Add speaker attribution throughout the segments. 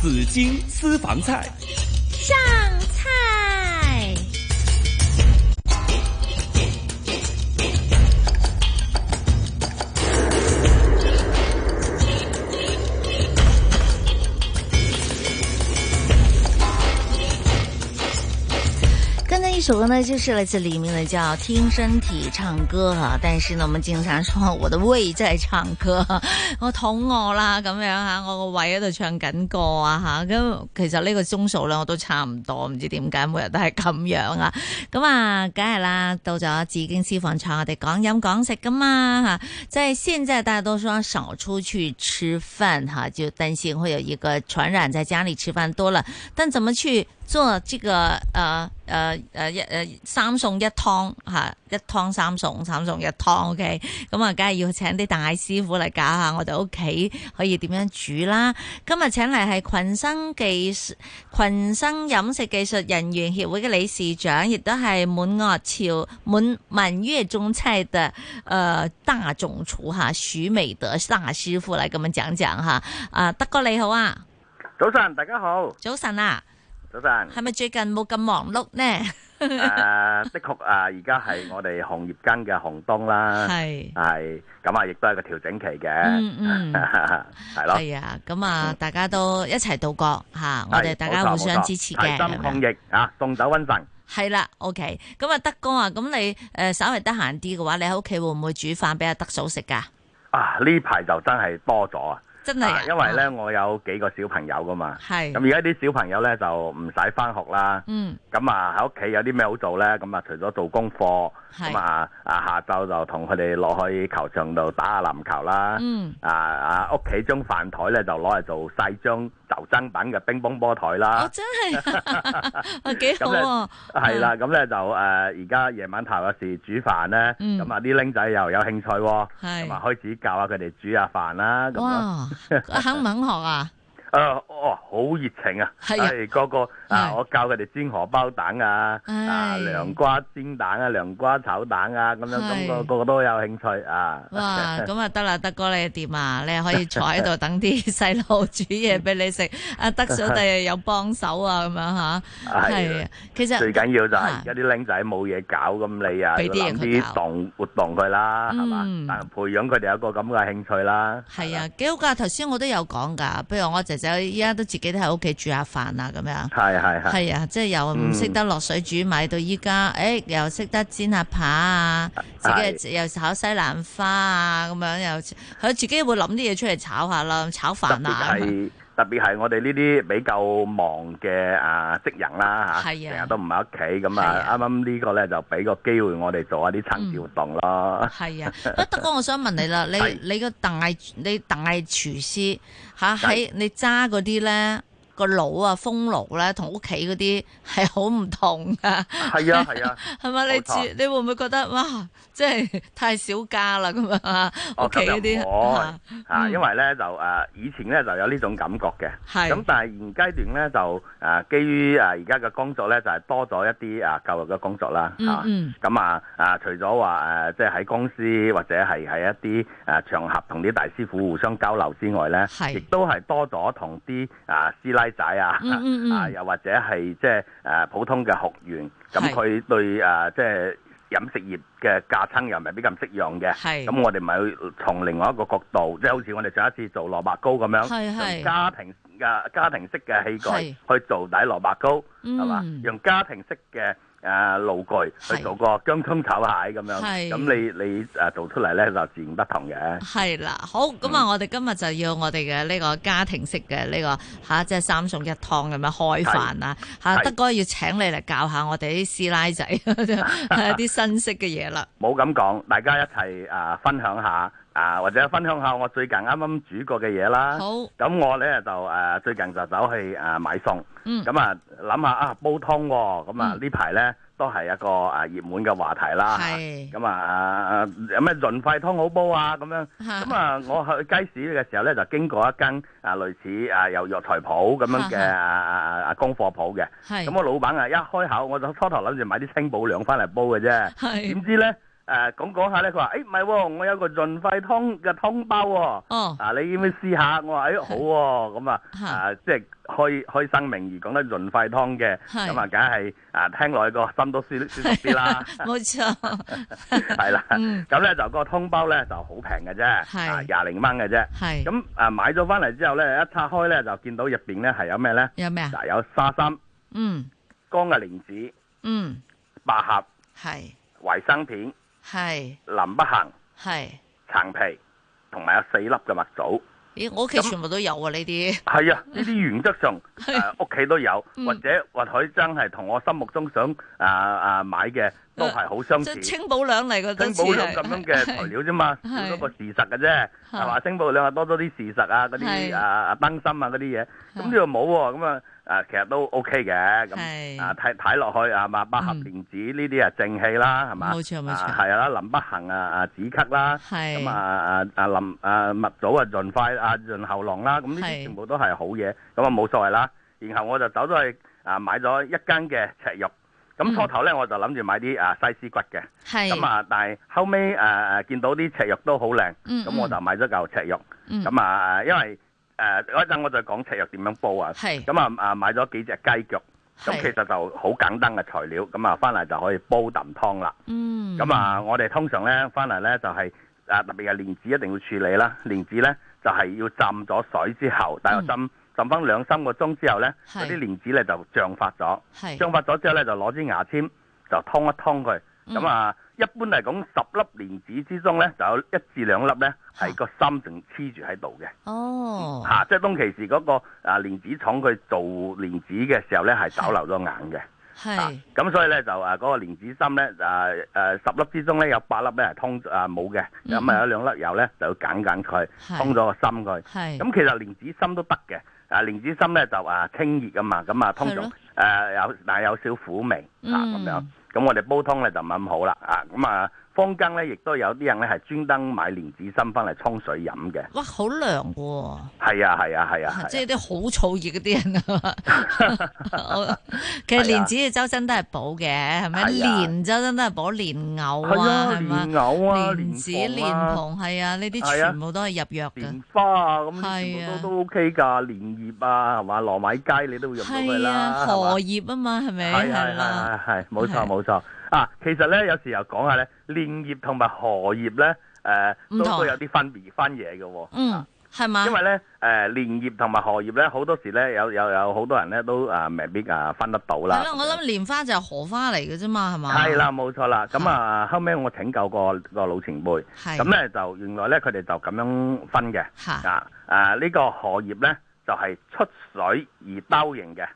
Speaker 1: 紫荊私房菜
Speaker 2: 上菜。刚刚一首歌呢，就是来自黎明的，叫《听身体唱歌》哈。但是呢，我们经常说我的胃在唱歌，我肚餓啦咁樣吓，我個胃喺度唱緊歌啊吓。咁其實呢個鐘數咧，我都差唔多，唔知點解每日都係咁樣啊。咁啊，梗係啦，到咗紫荊私房菜，我哋講飲講食噶嘛吓。即係現在大家都說少出去吃飯哈，就擔心會有一個傳染，在家裏吃飯多了，但怎麼去做這個呃呃呃一呃三餸一湯吓，一湯三餸，三餸一湯，OK，咁啊，梗係要請啲大師傅嚟教下我哋屋企可以點樣煮啦。今日請嚟係群生技術群生飲食技術人員協會嘅理事長，亦都係滿樂潮滿滿月中菜嘅誒、呃大總廚哈許美德大師傅嚟咁樣講講哈。啊，德哥你好啊，
Speaker 3: 早晨，大家好，
Speaker 2: 早晨啊！
Speaker 3: 早晨。
Speaker 2: 係咪最近冇咁忙碌呢？
Speaker 3: 誒、的確啊，而家係我哋紅葉根嘅紅冬啦，
Speaker 2: 係
Speaker 3: 係咁啊，亦都係個調整期嘅，
Speaker 2: 嗯嗯
Speaker 3: 係咯，
Speaker 2: 係啊，咁啊，大家都一齊度過吓，我哋
Speaker 3: 係
Speaker 2: 大家互
Speaker 3: 冇錯
Speaker 2: 相
Speaker 3: 冇錯
Speaker 2: 支持
Speaker 3: 齊心抗
Speaker 2: 嘅。
Speaker 3: 疫啊，送走瘟神。
Speaker 2: 係啦，OK。咁啊，德哥啊，咁你誒稍微得閒啲嘅話，你喺屋企會唔會煮飯俾阿德嫂食㗎？
Speaker 3: 啊！呢排就真係多咗啊，
Speaker 2: 真係
Speaker 3: 啊
Speaker 2: 啊，嗯
Speaker 3: 因為咧
Speaker 2: 啊
Speaker 3: 我有幾個小朋友噶嘛，咁
Speaker 2: 係
Speaker 3: 而家啲小朋友咧就唔使翻學啦，
Speaker 2: 嗯
Speaker 3: 咁啊喺屋企有啲咩好做咧？咁啊除咗做功課，咁
Speaker 2: 係
Speaker 3: 啊啊下晝就同佢哋落去球場度打下籃球啦。
Speaker 2: 嗯
Speaker 3: 啊啊！屋企張飯台咧就攞嚟做細張袖珍品嘅乒乓波台
Speaker 2: 哦
Speaker 3: 啦，
Speaker 2: 真係啊啊幾好
Speaker 3: 咁咧
Speaker 2: 喎，
Speaker 3: 係啦，咁咧就誒而家夜晚頭有時煮飯咧，
Speaker 2: 嗯
Speaker 3: 咁啊啲僆仔又有興趣喎，咁啊
Speaker 2: 係
Speaker 3: 開始教下佢哋煮下飯啦，咁啊
Speaker 2: 哇，肯唔肯學啊？
Speaker 3: 誒哦好熱情啊，
Speaker 2: 係啊
Speaker 3: 係個個啊
Speaker 2: 係
Speaker 3: 我教佢哋煎荷包蛋啊，啊
Speaker 2: 唉
Speaker 3: 涼瓜煎蛋啊，涼瓜炒蛋啊，咁樣
Speaker 2: 係
Speaker 3: 咁個個個都有興趣啊，
Speaker 2: 哇，咁啊得啦，德哥你掂 啊？你可以坐喺度等啲細路煮嘢俾你食，阿德 嫂第日有幫手啊，咁樣吓，係
Speaker 3: 係
Speaker 2: 啊。其實
Speaker 3: 最緊要就係而家啲僆仔冇嘢搞，咁你啊
Speaker 2: 啊俾啲嘢佢
Speaker 3: 諗
Speaker 2: 搞
Speaker 3: 啲動活動佢啦，係嘛
Speaker 2: 嗯？
Speaker 3: 但係培養佢哋有個咁嘅興趣啦。
Speaker 2: 係啊，幾好噶。頭先我都有講噶，譬如我姐姐依家都自己都喺屋企煮下飯啊，咁樣。
Speaker 3: 係，係係係嗯
Speaker 2: 係啊，即係由唔識得落水煮米到依家，誒又識得煎下扒啊，自己又炒西蘭花啊，咁樣又佢自己會諗啲嘢出嚟炒下啦，炒飯
Speaker 3: 特別
Speaker 2: 啊，咁樣
Speaker 3: 係特別係我哋呢啲比較忙嘅啊職人啦嚇，
Speaker 2: 係啊
Speaker 3: 成日都唔喺屋企，咁
Speaker 2: 係啊
Speaker 3: 啊啱啱呢個咧就俾個機會我哋做下啲親子活 動咯。
Speaker 2: 係啊，不德哥，我想問你啦，你
Speaker 3: 係
Speaker 2: 你個大你大廚師吓喺你揸嗰啲咧個爐啊風爐咧，同屋企嗰啲係好唔同噶，
Speaker 3: 係 啊係啊，
Speaker 2: 係咪？你
Speaker 3: 冇
Speaker 2: 住
Speaker 3: 錯
Speaker 2: 你會唔會覺得哇，即係 太少家啦咁啊？
Speaker 3: 哦
Speaker 2: 屋企嗰
Speaker 3: 咁又唔
Speaker 2: 啲
Speaker 3: 會
Speaker 2: 啊
Speaker 3: 啊
Speaker 2: 嗯
Speaker 3: 因為咧就誒以前咧就有呢種感覺嘅。咁
Speaker 2: 係
Speaker 3: 但係現階段咧就啊，基於啊而家嘅工作咧，就係、多咗一啲啊教育嘅工作啦嚇。
Speaker 2: 嗯
Speaker 3: 啊
Speaker 2: 嗯
Speaker 3: 咁啊啊，除咗話誒，即係喺公司或者係喺一啲誒場合同啲大師傅互相交流之外咧，
Speaker 2: 係
Speaker 3: 亦都係多咗同啲啊師奶仔啊，
Speaker 2: 嗯嗯嗯
Speaker 3: 啊又或者係即係誒普通嘅學員，咁
Speaker 2: 係
Speaker 3: 佢對誒即係飲食業嘅架撐又未必咁適用嘅。
Speaker 2: 係
Speaker 3: 啊咁我哋咪去從另外一個角度，即係好似我哋上一次做蘿蔔糕咁樣，
Speaker 2: 係係
Speaker 3: 用家庭嘅家庭式嘅器
Speaker 2: 係
Speaker 3: 具去做底蘿蔔糕，係嘛
Speaker 2: 嗯？
Speaker 3: 用家庭式嘅誒爐具
Speaker 2: 係
Speaker 3: 去做個薑葱炒蟹咁樣，
Speaker 2: 係
Speaker 3: 咁你你誒做出嚟咧就自然不同嘅。
Speaker 2: 係啦，好咁
Speaker 3: 嗯
Speaker 2: 啊！我哋今日就要我哋嘅呢個家庭式嘅呢個吓，即係三餸一湯咁樣開飯啦吓。
Speaker 3: 係
Speaker 2: 德哥要請你嚟教下我哋啲師奶 仔啲新式嘅嘢啦。
Speaker 3: 冇咁講，大家一齊誒分享下啊，或者分享下我最近啱啱煮過嘅嘢啦。
Speaker 2: 好，
Speaker 3: 咁我咧就誒最近就走去誒買餸。
Speaker 2: 嗯，
Speaker 3: 咁啊，諗下啊，煲湯喎、咁啊
Speaker 2: 嗯
Speaker 3: 呢排咧都係一個啊熱門嘅話題啦。
Speaker 2: 係
Speaker 3: 咁啊啊，有咩潤肺湯好煲啊？咁樣。
Speaker 2: 吓
Speaker 3: 咁啊，我去街市嘅時候咧，就經過一間啊類似啊有藥材鋪咁樣嘅
Speaker 2: 啊
Speaker 3: 啊啊啊功課鋪嘅。
Speaker 2: 係
Speaker 3: 咁我老闆啊一開口，我就初頭諗住買啲清補涼翻嚟煲嘅啫。
Speaker 2: 係
Speaker 3: 點知咧誒講講下咧，佢話誒唔係喎，我有個潤肺湯嘅湯包喎、
Speaker 2: 哦，
Speaker 3: 啊，你要唔要試下？我話誒、哎好喎、咁啊，
Speaker 2: 嚇
Speaker 3: 啊即係開開生命而講得潤肺湯嘅，
Speaker 2: 係
Speaker 3: 咁啊，梗係啊聽落去個心都舒 舒服啲啦，
Speaker 2: 冇錯，
Speaker 3: 係啦。
Speaker 2: 嗯，
Speaker 3: 咁咧就個通包咧就好平嘅啫，
Speaker 2: 係
Speaker 3: 啊廿零蚊嘅啫。
Speaker 2: 係，
Speaker 3: 咁啊買咗翻嚟之後咧，一拆開咧就見到入邊咧係有咩咧？
Speaker 2: 有咩啊？
Speaker 3: 嗱，有沙參、
Speaker 2: 嗯
Speaker 3: 乾嘅蓮子、
Speaker 2: 嗯，
Speaker 3: 百合、
Speaker 2: 係
Speaker 3: 維生片、
Speaker 2: 係
Speaker 3: 林北杏、
Speaker 2: 係，
Speaker 3: 橙皮，同埋有四粒嘅蜜棗。
Speaker 2: 咦，我屋企全部都有啊呢啲，
Speaker 3: 係啊，呢啲原則 上誒屋企都有，
Speaker 2: 嗯
Speaker 3: 或者或許真係同我心目中想啊啊買嘅都係好相
Speaker 2: 呃即
Speaker 3: 似
Speaker 2: 係。清補涼嚟嘅，都
Speaker 3: 星
Speaker 2: 似
Speaker 3: 寶兩
Speaker 2: 係
Speaker 3: 咁樣嘅材料啫嘛，少
Speaker 2: 係
Speaker 3: 咗個事實嘅啫，係嘛？星寶兩啊多咗啲事實啊，嗰
Speaker 2: 係
Speaker 3: 啲啊啊燈芯啊嗰啲嘢，
Speaker 2: 係
Speaker 3: 咁呢度冇喎，咁啊啊其實都 OK 嘅，
Speaker 2: 係
Speaker 3: 咁啊睇睇落去啊嘛，百合
Speaker 2: 嗯
Speaker 3: 蓮子呢啲啊正氣啦，係嘛？
Speaker 2: 冇錯冇錯
Speaker 3: 啊係啊啦，林北杏啊啊止咳啦。
Speaker 2: 係
Speaker 3: 咁啊啊啊林啊蜜棗啊潤肺啊潤喉嚨啦，咁呢
Speaker 2: 係
Speaker 3: 啲全部都係好嘢，咁啊冇所謂啦。然後我就走咗去啊買咗一間嘅赤肉，
Speaker 2: 嗯
Speaker 3: 咁初頭咧我就諗住買啲啊西施骨嘅，
Speaker 2: 係
Speaker 3: 咁啊但係後尾誒誒見到啲赤肉都好靚，
Speaker 2: 嗯
Speaker 3: 咁我就買咗嚿赤肉，
Speaker 2: 嗯
Speaker 3: 咁啊因為誒嗰陣我就講赤肉點樣煲啊，
Speaker 2: 嗯係
Speaker 3: 咁啊啊買咗幾隻雞腳，咁其
Speaker 2: 係
Speaker 3: 實就好簡單嘅材料，咁啊翻嚟就可以煲啖湯啦。
Speaker 2: 嗯
Speaker 3: 咁啊，我哋通常咧翻嚟咧就係、啊，特別係蓮子一定要處理啦。蓮子咧就係、要浸咗水之後，大約浸、浸翻兩三個鐘之後咧，
Speaker 2: 嗯係
Speaker 3: 嗰啲蓮子咧就漲發咗，
Speaker 2: 係
Speaker 3: 漲發咗之後咧就攞支牙籤就劏一劏佢。
Speaker 2: 嗯
Speaker 3: 咁啊，一般嚟講十粒蓮子之中咧就有一至兩粒咧係個心仲黐住喺度嘅。
Speaker 2: 哦
Speaker 3: 嚇、即係當其時嗰個啊蓮子廠佢做蓮子嘅時候咧係走漏咗眼嘅。啊
Speaker 2: 係
Speaker 3: 咁所以咧就啊嗰、個蓮子心咧啊誒十粒之中咧有八粒咧係通啊冇嘅，
Speaker 2: 嗯
Speaker 3: 咁啊有兩粒油咧就要揀揀佢，
Speaker 2: 係
Speaker 3: 通咗個心佢。
Speaker 2: 係
Speaker 3: 咁其啊實蓮子心都得嘅，啊蓮子心咧就啊清熱啊嘛，咁啊通
Speaker 2: 係
Speaker 3: 常
Speaker 2: 咯
Speaker 3: 誒、有但係有少苦味啊咁
Speaker 2: 嗯
Speaker 3: 樣，咁我哋煲湯咧就唔係咁好啦啊咁啊坊間咧亦都有啲人咧係專登買蓮子心翻嚟沖水飲嘅，
Speaker 2: 哇，好涼喎！
Speaker 3: 係啊係啊係啊係啊，
Speaker 2: 即係啲好燥熱嗰啲人 啊！其實蓮子嘅周身都係補嘅，係咪？
Speaker 3: 係啊
Speaker 2: 蓮周身都係補，蓮藕
Speaker 3: 係
Speaker 2: 啊，
Speaker 3: 啊
Speaker 2: 係嘛？
Speaker 3: 蓮藕啊
Speaker 2: 蓮子、蓮
Speaker 3: 鳳啊
Speaker 2: 蓬係啊，呢啲
Speaker 3: 係啊
Speaker 2: 全部都係入藥嘅。
Speaker 3: 蓮花啊，咁呢啲
Speaker 2: 係
Speaker 3: 全
Speaker 2: 啊
Speaker 3: 部都都 OK 噶，蓮葉啊，係嘛，糯米雞你都會用到佢
Speaker 2: 係啊，
Speaker 3: 啦，係
Speaker 2: 荷
Speaker 3: 嘛
Speaker 2: 葉啊嘛，係咪？
Speaker 3: 係係
Speaker 2: 係啦，
Speaker 3: 係係，冇
Speaker 2: 係
Speaker 3: 錯冇錯啊！其實咧，有時候講下咧，蓮葉同埋荷葉咧，誒
Speaker 2: 唔
Speaker 3: 都
Speaker 2: 同啊
Speaker 3: 都有啲分別分嘢嘅喎。
Speaker 2: 嗯
Speaker 3: 啊，
Speaker 2: 係嘛
Speaker 3: 因？為咧，誒蓮葉同埋荷葉咧，好多時咧，有有有好多人咧都啊未必啊分得到啦
Speaker 2: 係。啦，我諗蓮花就係荷花嚟嘅啫嘛，係嘛？
Speaker 3: 係啦，，冇錯啦。咁啊，後尾我請教個個老前輩，
Speaker 2: 係
Speaker 3: 咁咧就原來咧佢哋就咁樣分嘅。
Speaker 2: 嚇
Speaker 3: 啊啊！呢、個荷葉咧就係、出水而兜形嘅，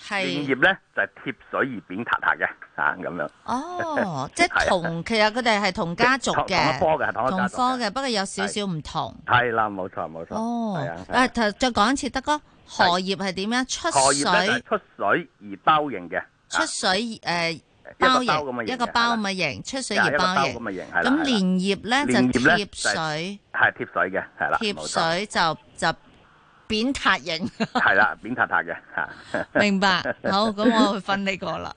Speaker 3: 蓮葉
Speaker 2: 係
Speaker 3: 咧就係、貼水而扁塌塌嘅，啊咁樣。
Speaker 2: 哦，即係
Speaker 3: 係啊
Speaker 2: 同其實佢哋係同家族
Speaker 3: 同同一
Speaker 2: 嘅，
Speaker 3: 科嘅，同一
Speaker 2: 同
Speaker 3: 家族
Speaker 2: 科。嘅，不過有少少唔同。
Speaker 3: 係啦，冇錯冇錯。
Speaker 2: 哦
Speaker 3: 係啊，係啊
Speaker 2: 啊，頭再講一次得哥，荷葉係點樣？出
Speaker 3: 荷葉咧就係、啊
Speaker 2: 水
Speaker 3: 出水而兜形嘅，啊
Speaker 2: 出水誒
Speaker 3: 一個
Speaker 2: 包
Speaker 3: 兜
Speaker 2: 形
Speaker 3: 咁嘅，形
Speaker 2: 一個
Speaker 3: 嘅
Speaker 2: 包咁
Speaker 3: 係啦
Speaker 2: 嘅形，出水
Speaker 3: 啊一
Speaker 2: 而
Speaker 3: 個
Speaker 2: 包
Speaker 3: 兜咁
Speaker 2: 形。
Speaker 3: 嘅形係
Speaker 2: 咁
Speaker 3: 啦。係啦
Speaker 2: 蓮葉咧就
Speaker 3: 蓮葉呢
Speaker 2: 貼水，
Speaker 3: 係貼水嘅，係啦，
Speaker 2: 貼
Speaker 3: 冇錯，
Speaker 2: 水就就扁塌形。
Speaker 3: 係啦，扁塌塌嘅啊嚇。
Speaker 2: 明 白，好，咁我去分呢個啦。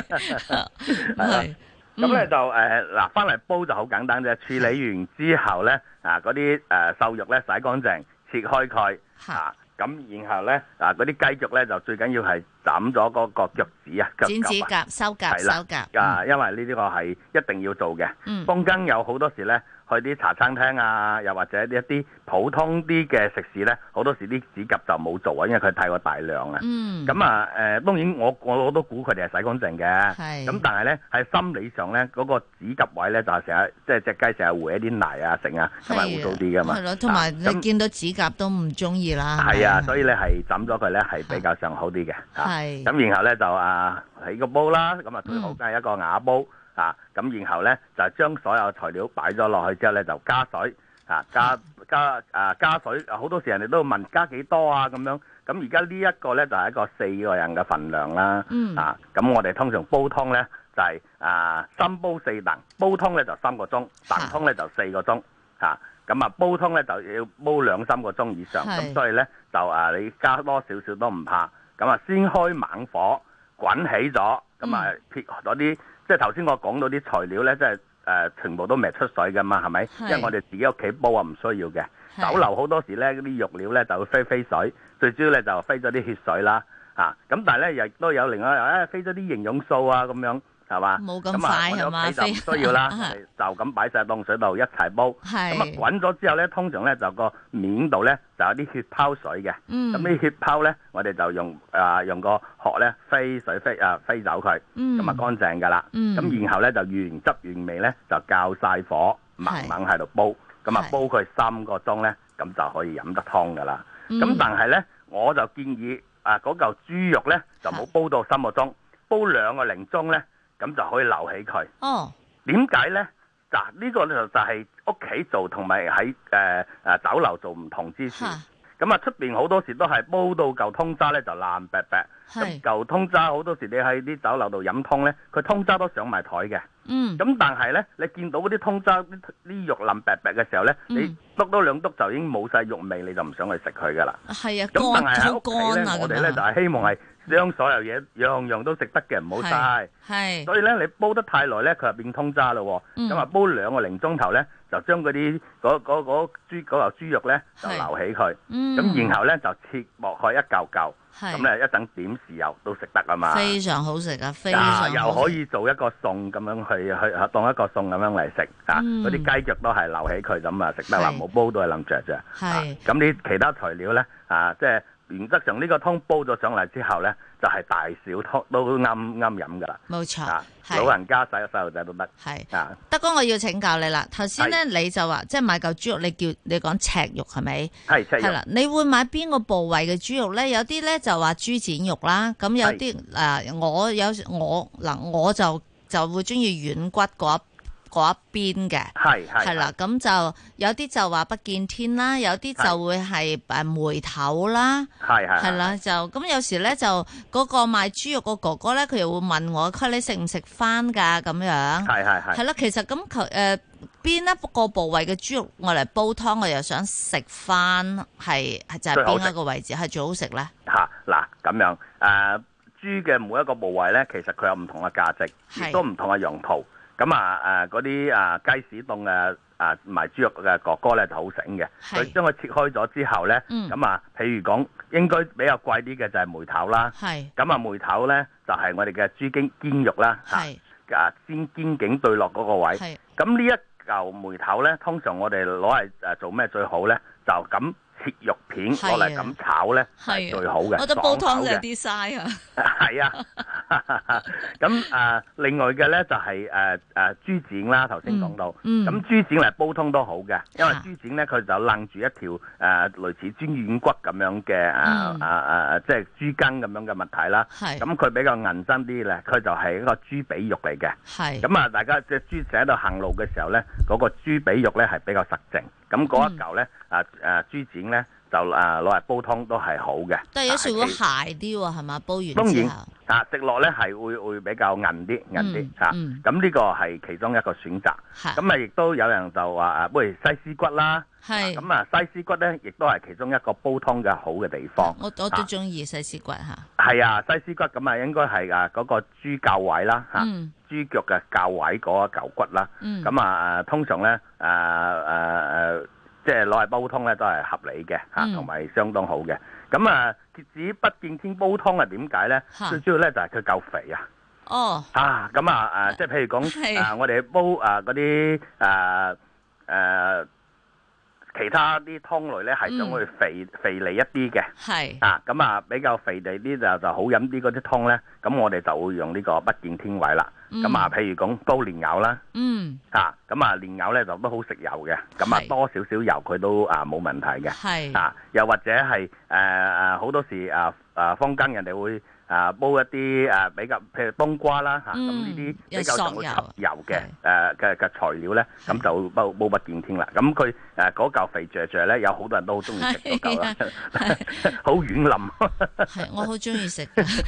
Speaker 2: 嗯係，
Speaker 3: 咁咧啊就誒嗱，翻嚟煲就好簡單啫。處理完之後咧，啊嗰啲誒瘦肉咧洗乾淨，切開佢
Speaker 2: 嚇
Speaker 3: 啊。咁然後咧啊嗰啲雞腳咧就最緊要係斬咗嗰個腳趾啊，腳
Speaker 2: 剪指
Speaker 3: 甲啊
Speaker 2: 甲、修甲、
Speaker 3: 係啦
Speaker 2: 手甲。
Speaker 3: 啊，因為呢啲個係一定要做嘅。
Speaker 2: 嗯，
Speaker 3: 坊間有好多時咧，去啲茶餐廳啊，又或者一啲普通啲嘅食肆咧，好多時啲指甲就冇做啊，因為佢太過大量啊。
Speaker 2: 嗯，
Speaker 3: 咁啊誒，當然我我我都估佢哋係洗乾淨嘅。
Speaker 2: 係
Speaker 3: 咁但係咧喺心理上咧，嗰、個指甲位咧就係成日即係只雞成日回一啲泥啊剩啊，咁咪污糟啲噶嘛
Speaker 2: 係。咯，同埋
Speaker 3: 啊咁
Speaker 2: 你見到指甲都唔中意啦。
Speaker 3: 係啊，所
Speaker 2: 以
Speaker 3: 以咧係斬咗佢咧係比較上好啲嘅。啊
Speaker 2: 係
Speaker 3: 咁然後咧就啊起個煲啦，咁啊最好
Speaker 2: 嗯
Speaker 3: 梗係一個瓦煲啊。咁然後咧就將所有材料擺咗落去之後咧就加水啊，加加啊加水，好多時人哋都問加幾多啊咁樣。咁而家呢一個咧就係、一個四個人嘅份量啦。
Speaker 2: 嗯
Speaker 3: 啊，咁我哋通常煲湯咧就係、啊三煲四燉，煲湯咧就三個鐘，燉湯咧就四個鐘，嚇、咁啊煲湯咧就要煲兩三個鐘以上，
Speaker 2: 係
Speaker 3: 咁所以咧就啊你加多少少都唔怕，咁啊先開猛火滾起咗，咁啊撇嗰啲即係頭先我講到啲材料咧，即係誒全部都未出水噶嘛，係咪？因
Speaker 2: 係
Speaker 3: 為我哋自己屋企煲啊，唔需要嘅。酒樓好多時咧，嗰啲肉料咧就會飛飛水，最主要咧就飛咗啲血水啦，嚇、咁但係咧，亦都有另外誒、啊飛咗啲營養素啊，咁樣係嘛？
Speaker 2: 冇咁
Speaker 3: 咁啊
Speaker 2: 快，
Speaker 3: 我哋
Speaker 2: 係嘛啊
Speaker 3: 屋企就唔需 要啦，我哋就咁擺晒凍水度一齊煲。咁啊
Speaker 2: 係，
Speaker 3: 滾咗之後咧，通常咧就個面度咧就有啲血泡水嘅。咁
Speaker 2: 嗯，
Speaker 3: 呢血泡咧，我哋就用啊、用個殼咧飛水飛啊飛走佢，
Speaker 2: 嗯，
Speaker 3: 咁啊乾淨㗎啦。
Speaker 2: 嗯，
Speaker 3: 咁、然後咧就原汁原味咧就較晒火，猛
Speaker 2: 係
Speaker 3: 猛喺度煲，咁啊
Speaker 2: 係
Speaker 3: 煲佢三個鐘咧，咁就可以飲得湯㗎啦。
Speaker 2: 嗯，
Speaker 3: 咁、但係咧，我就建議啊嗰嚿豬肉咧就冇煲到三個鐘，煲兩個零鐘咧，咁就可以留起佢。
Speaker 2: 哦，
Speaker 3: 點解咧？嗱，呢個咧就係屋企做同埋喺誒誒酒樓做唔同之處。
Speaker 2: 嚇，
Speaker 3: 咁啊，出邊好多時都係煲到嚿通渣咧就爛白白。咁
Speaker 2: 係，
Speaker 3: 嚿通渣好多時你喺啲酒樓度飲湯咧，佢通渣都上埋台嘅。
Speaker 2: 嗯，
Speaker 3: 咁但係咧，你見到嗰啲通渣啲啲肉腍白白嘅時候咧，
Speaker 2: 嗯
Speaker 3: 你篤多兩篤就已經冇晒肉味，你就唔想去食佢噶啦。
Speaker 2: 係啊，
Speaker 3: 咁但係
Speaker 2: 乾
Speaker 3: 喺
Speaker 2: 好
Speaker 3: 屋企
Speaker 2: 乾啊，
Speaker 3: 咧，我哋
Speaker 2: 咁
Speaker 3: 咧
Speaker 2: 樣
Speaker 3: 就係希望係將所有嘢樣樣都食得嘅，唔好嘥。
Speaker 2: 係，
Speaker 3: 所以咧，你煲得太耐咧，佢就變通渣咯
Speaker 2: 嗯
Speaker 3: 喎。咁啊、煲兩個零鐘頭咧，就將嗰啲嗰嗰嗰豬嗰嚿豬肉咧就
Speaker 2: 係
Speaker 3: 留起佢。
Speaker 2: 嗯，
Speaker 3: 咁、然後咧就切薄佢一嚿嚿，
Speaker 2: 係
Speaker 3: 咁咧一陣點豉油都食得啊嘛。
Speaker 2: 非常好食啊，非常好
Speaker 3: 啊，
Speaker 2: 食
Speaker 3: 又可，以做一個餸咁樣去去去當一個餸咁樣嚟食啊！
Speaker 2: 嗯
Speaker 3: 嗰啲雞腳都係留起佢咁啊，食得啦，
Speaker 2: 係
Speaker 3: 冇煲到係淋着啫。啊
Speaker 2: 係，
Speaker 3: 咁啲其他材料咧啊，即係原則上呢個湯煲咗上嚟之後咧，就係大小湯都啱啱飲噶啦。
Speaker 2: 冇錯
Speaker 3: 啊，，
Speaker 2: 係
Speaker 3: 老人家細個細路仔都得
Speaker 2: 係。
Speaker 3: 啊，
Speaker 2: 德哥，我要請教你啦。頭先咧，你就話即係買嚿豬肉，你叫你講赤肉係咪？
Speaker 3: 係即
Speaker 2: 係
Speaker 3: 係
Speaker 2: 啦，你會買邊個部位嘅豬肉咧？有啲咧就話豬展肉啦，咁有啲誒，我有我嗱，我就就會中意軟骨嗰一嗰一邊嘅。
Speaker 3: 係
Speaker 2: 係
Speaker 3: 係
Speaker 2: 啦，咁就有啲就話不見天啦，有啲就會係誒梅頭啦，
Speaker 3: 係係
Speaker 2: 係啦，就咁有時咧就嗰個賣豬肉個哥哥咧，佢又會問我，佢話你食唔食翻㗎咁樣？
Speaker 3: 係係係
Speaker 2: 係啦，其實咁求誒邊一個部位嘅豬肉我嚟煲湯，我又想食翻係係就係
Speaker 3: 最好食
Speaker 2: 邊一個位置係最好食咧？
Speaker 3: 嚇嗱咁樣誒豬嘅每一個部位咧，其實佢有唔同嘅價值，
Speaker 2: 係
Speaker 3: 亦都唔同嘅用途。咁啊誒嗰啲啊雞屎檔嘅啊賣豬肉嘅哥哥咧就好醒嘅，
Speaker 2: 係
Speaker 3: 佢將佢切開咗之後咧，
Speaker 2: 嗯
Speaker 3: 咁啊譬如講應該比較貴啲嘅就係梅頭啦。
Speaker 2: 係
Speaker 3: 咁啊梅頭咧就係我哋嘅豬肩肩肉啦，嚇
Speaker 2: 係
Speaker 3: 啊肩肩頸對落嗰個位。
Speaker 2: 係
Speaker 3: 咁呢一嚿梅頭咧，通常我哋攞嚟誒做咩最好咧？就咁切肉片
Speaker 2: 係啊
Speaker 3: 攞嚟咁炒咧，
Speaker 2: 係啊
Speaker 3: 係最好嘅。
Speaker 2: 我覺得煲
Speaker 3: 爽口
Speaker 2: 湯就有
Speaker 3: 嘅，
Speaker 2: 啲嘥啊，
Speaker 3: 係啊。 咁誒，另外嘅咧就係誒誒豬展啦，頭先講到。
Speaker 2: 嗯
Speaker 3: 咁豬展嚟煲湯都好嘅，因為豬展咧佢就楞住一條誒、呃、類似豬軟骨咁樣嘅誒
Speaker 2: 嗯
Speaker 3: 誒誒，即係豬筋咁樣嘅物體啦。
Speaker 2: 係
Speaker 3: 咁佢比較韌身啲咧，佢就係一個豬髀肉嚟嘅。
Speaker 2: 係
Speaker 3: 咁啊，大家只豬仔喺度行路嘅時候咧，嗰、個豬髀肉咧係比較實淨，咁嗰一嚿咧啊啊豬展咧就啊攞嚟煲湯都係好嘅。
Speaker 2: 但係有時會
Speaker 3: 但係其
Speaker 2: 鞋啲喎，係嘛？煲完
Speaker 3: 當
Speaker 2: 之
Speaker 3: 然
Speaker 2: 後，
Speaker 3: 啊食落咧係會會比較韌啲韌
Speaker 2: 嗯
Speaker 3: 啲嚇，
Speaker 2: 嗯
Speaker 3: 咁呢個係其中一個選擇。
Speaker 2: 係
Speaker 3: 咁啊，亦都有人就話啊，不如西施骨啦，
Speaker 2: 係
Speaker 3: 咁啊西施骨咧亦都係其中一個煲湯嘅好嘅地方。
Speaker 2: 我我都中意細絲骨嚇，
Speaker 3: 係啊，西施骨咁啊，應該係啊嗰個豬臼位啦嚇，
Speaker 2: 嗯
Speaker 3: 豬腳嘅臼位嗰一嚿骨啦。
Speaker 2: 嗯，
Speaker 3: 咁啊，通常咧，誒誒誒，即係攞嚟煲湯咧，都係合理嘅嚇，
Speaker 2: 嗯
Speaker 3: 同埋相當好嘅。咁啊，至於不見天煲湯係點解咧
Speaker 2: 嚇？
Speaker 3: 最主要咧就係佢夠肥啊！
Speaker 2: 哦
Speaker 3: 啊，咁啊誒，即係譬如
Speaker 2: 係
Speaker 3: 講啊，我哋煲啊嗰啲誒誒其他啲湯類咧，係想
Speaker 2: 嗯
Speaker 3: 佢肥肥膩一啲嘅。
Speaker 2: 係
Speaker 3: 啊，咁啊比較肥膩啲就就好飲啲嗰啲湯咧，咁我哋就會用呢個不見天位啦。
Speaker 2: 嗯
Speaker 3: 咁啊，譬如講煲蓮藕啦。
Speaker 2: 嗯
Speaker 3: 啊，咁啊，蓮藕咧就都好食油嘅，咁啊
Speaker 2: 係嗯
Speaker 3: 多少少油佢都啊冇問題嘅，
Speaker 2: 係
Speaker 3: 啊，又或者係誒誒好多時啊啊坊間人哋會啊煲一啲啊比較譬如冬瓜啦嚇，咁
Speaker 2: 嗯
Speaker 3: 呢啲
Speaker 2: 有
Speaker 3: 比較
Speaker 2: 索
Speaker 3: 上會
Speaker 2: 油
Speaker 3: 吸油嘅誒嘅嘅材料咧，
Speaker 2: 係
Speaker 3: 咁就煲煲不見天啦。咁佢誒嗰嚿肥嚼嚼咧，有好多人都好中意食嗰嚿啦， 好軟腍，
Speaker 2: 係，我好中意 食嘅。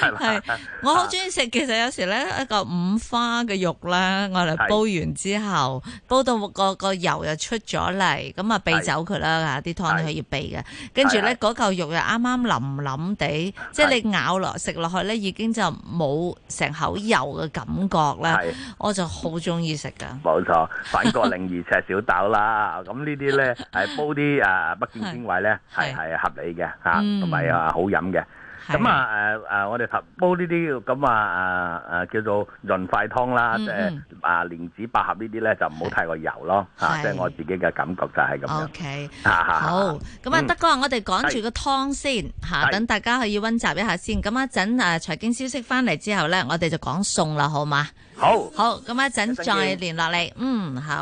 Speaker 3: 係嘛？
Speaker 2: 係，我好中意食。其實有時咧，一個五花嘅肉啦，我嚟
Speaker 3: 係
Speaker 2: 煲完之後，煲到個個油又出咗嚟，咁啊避
Speaker 3: 係
Speaker 2: 走佢啦吓，啲湯你可以避嘅。跟住咧，
Speaker 3: 係啊
Speaker 2: 嗰嚿肉又啱啱淋淋地，即係你咬落食落去咧，已經就冇成口油嘅感覺啦。
Speaker 3: 係
Speaker 2: 我就好中意食噶。
Speaker 3: 冇錯，反國令二赤小豆啦， 咁呢啲咧係煲啲啊北京鮮味咧係
Speaker 2: 係
Speaker 3: 係合理嘅嚇，
Speaker 2: 嗯
Speaker 3: 同埋啊好飲嘅。
Speaker 2: 係
Speaker 3: 咁，啊誒誒，我哋頭煲呢啲咁啊誒誒叫做潤肺湯啦，
Speaker 2: 嗯
Speaker 3: 即係
Speaker 2: 嗯
Speaker 3: 啊蓮子百合呢啲咧就唔好太過油咯嚇，
Speaker 2: 係
Speaker 3: 即係我自己嘅感覺就係咁樣
Speaker 2: OK。
Speaker 3: 嚇嚇。
Speaker 2: 好，咁啊，
Speaker 3: 嗯
Speaker 2: 德哥啊，我哋講住個湯先吓，
Speaker 3: 係
Speaker 2: 等大家可以温習一下先。咁一陣啊，財經消息翻嚟之後咧，我哋就講餸啦，好嘛？
Speaker 3: 好。
Speaker 2: 好，咁一陣
Speaker 3: 一陣見
Speaker 2: 再聯絡你。嗯，好。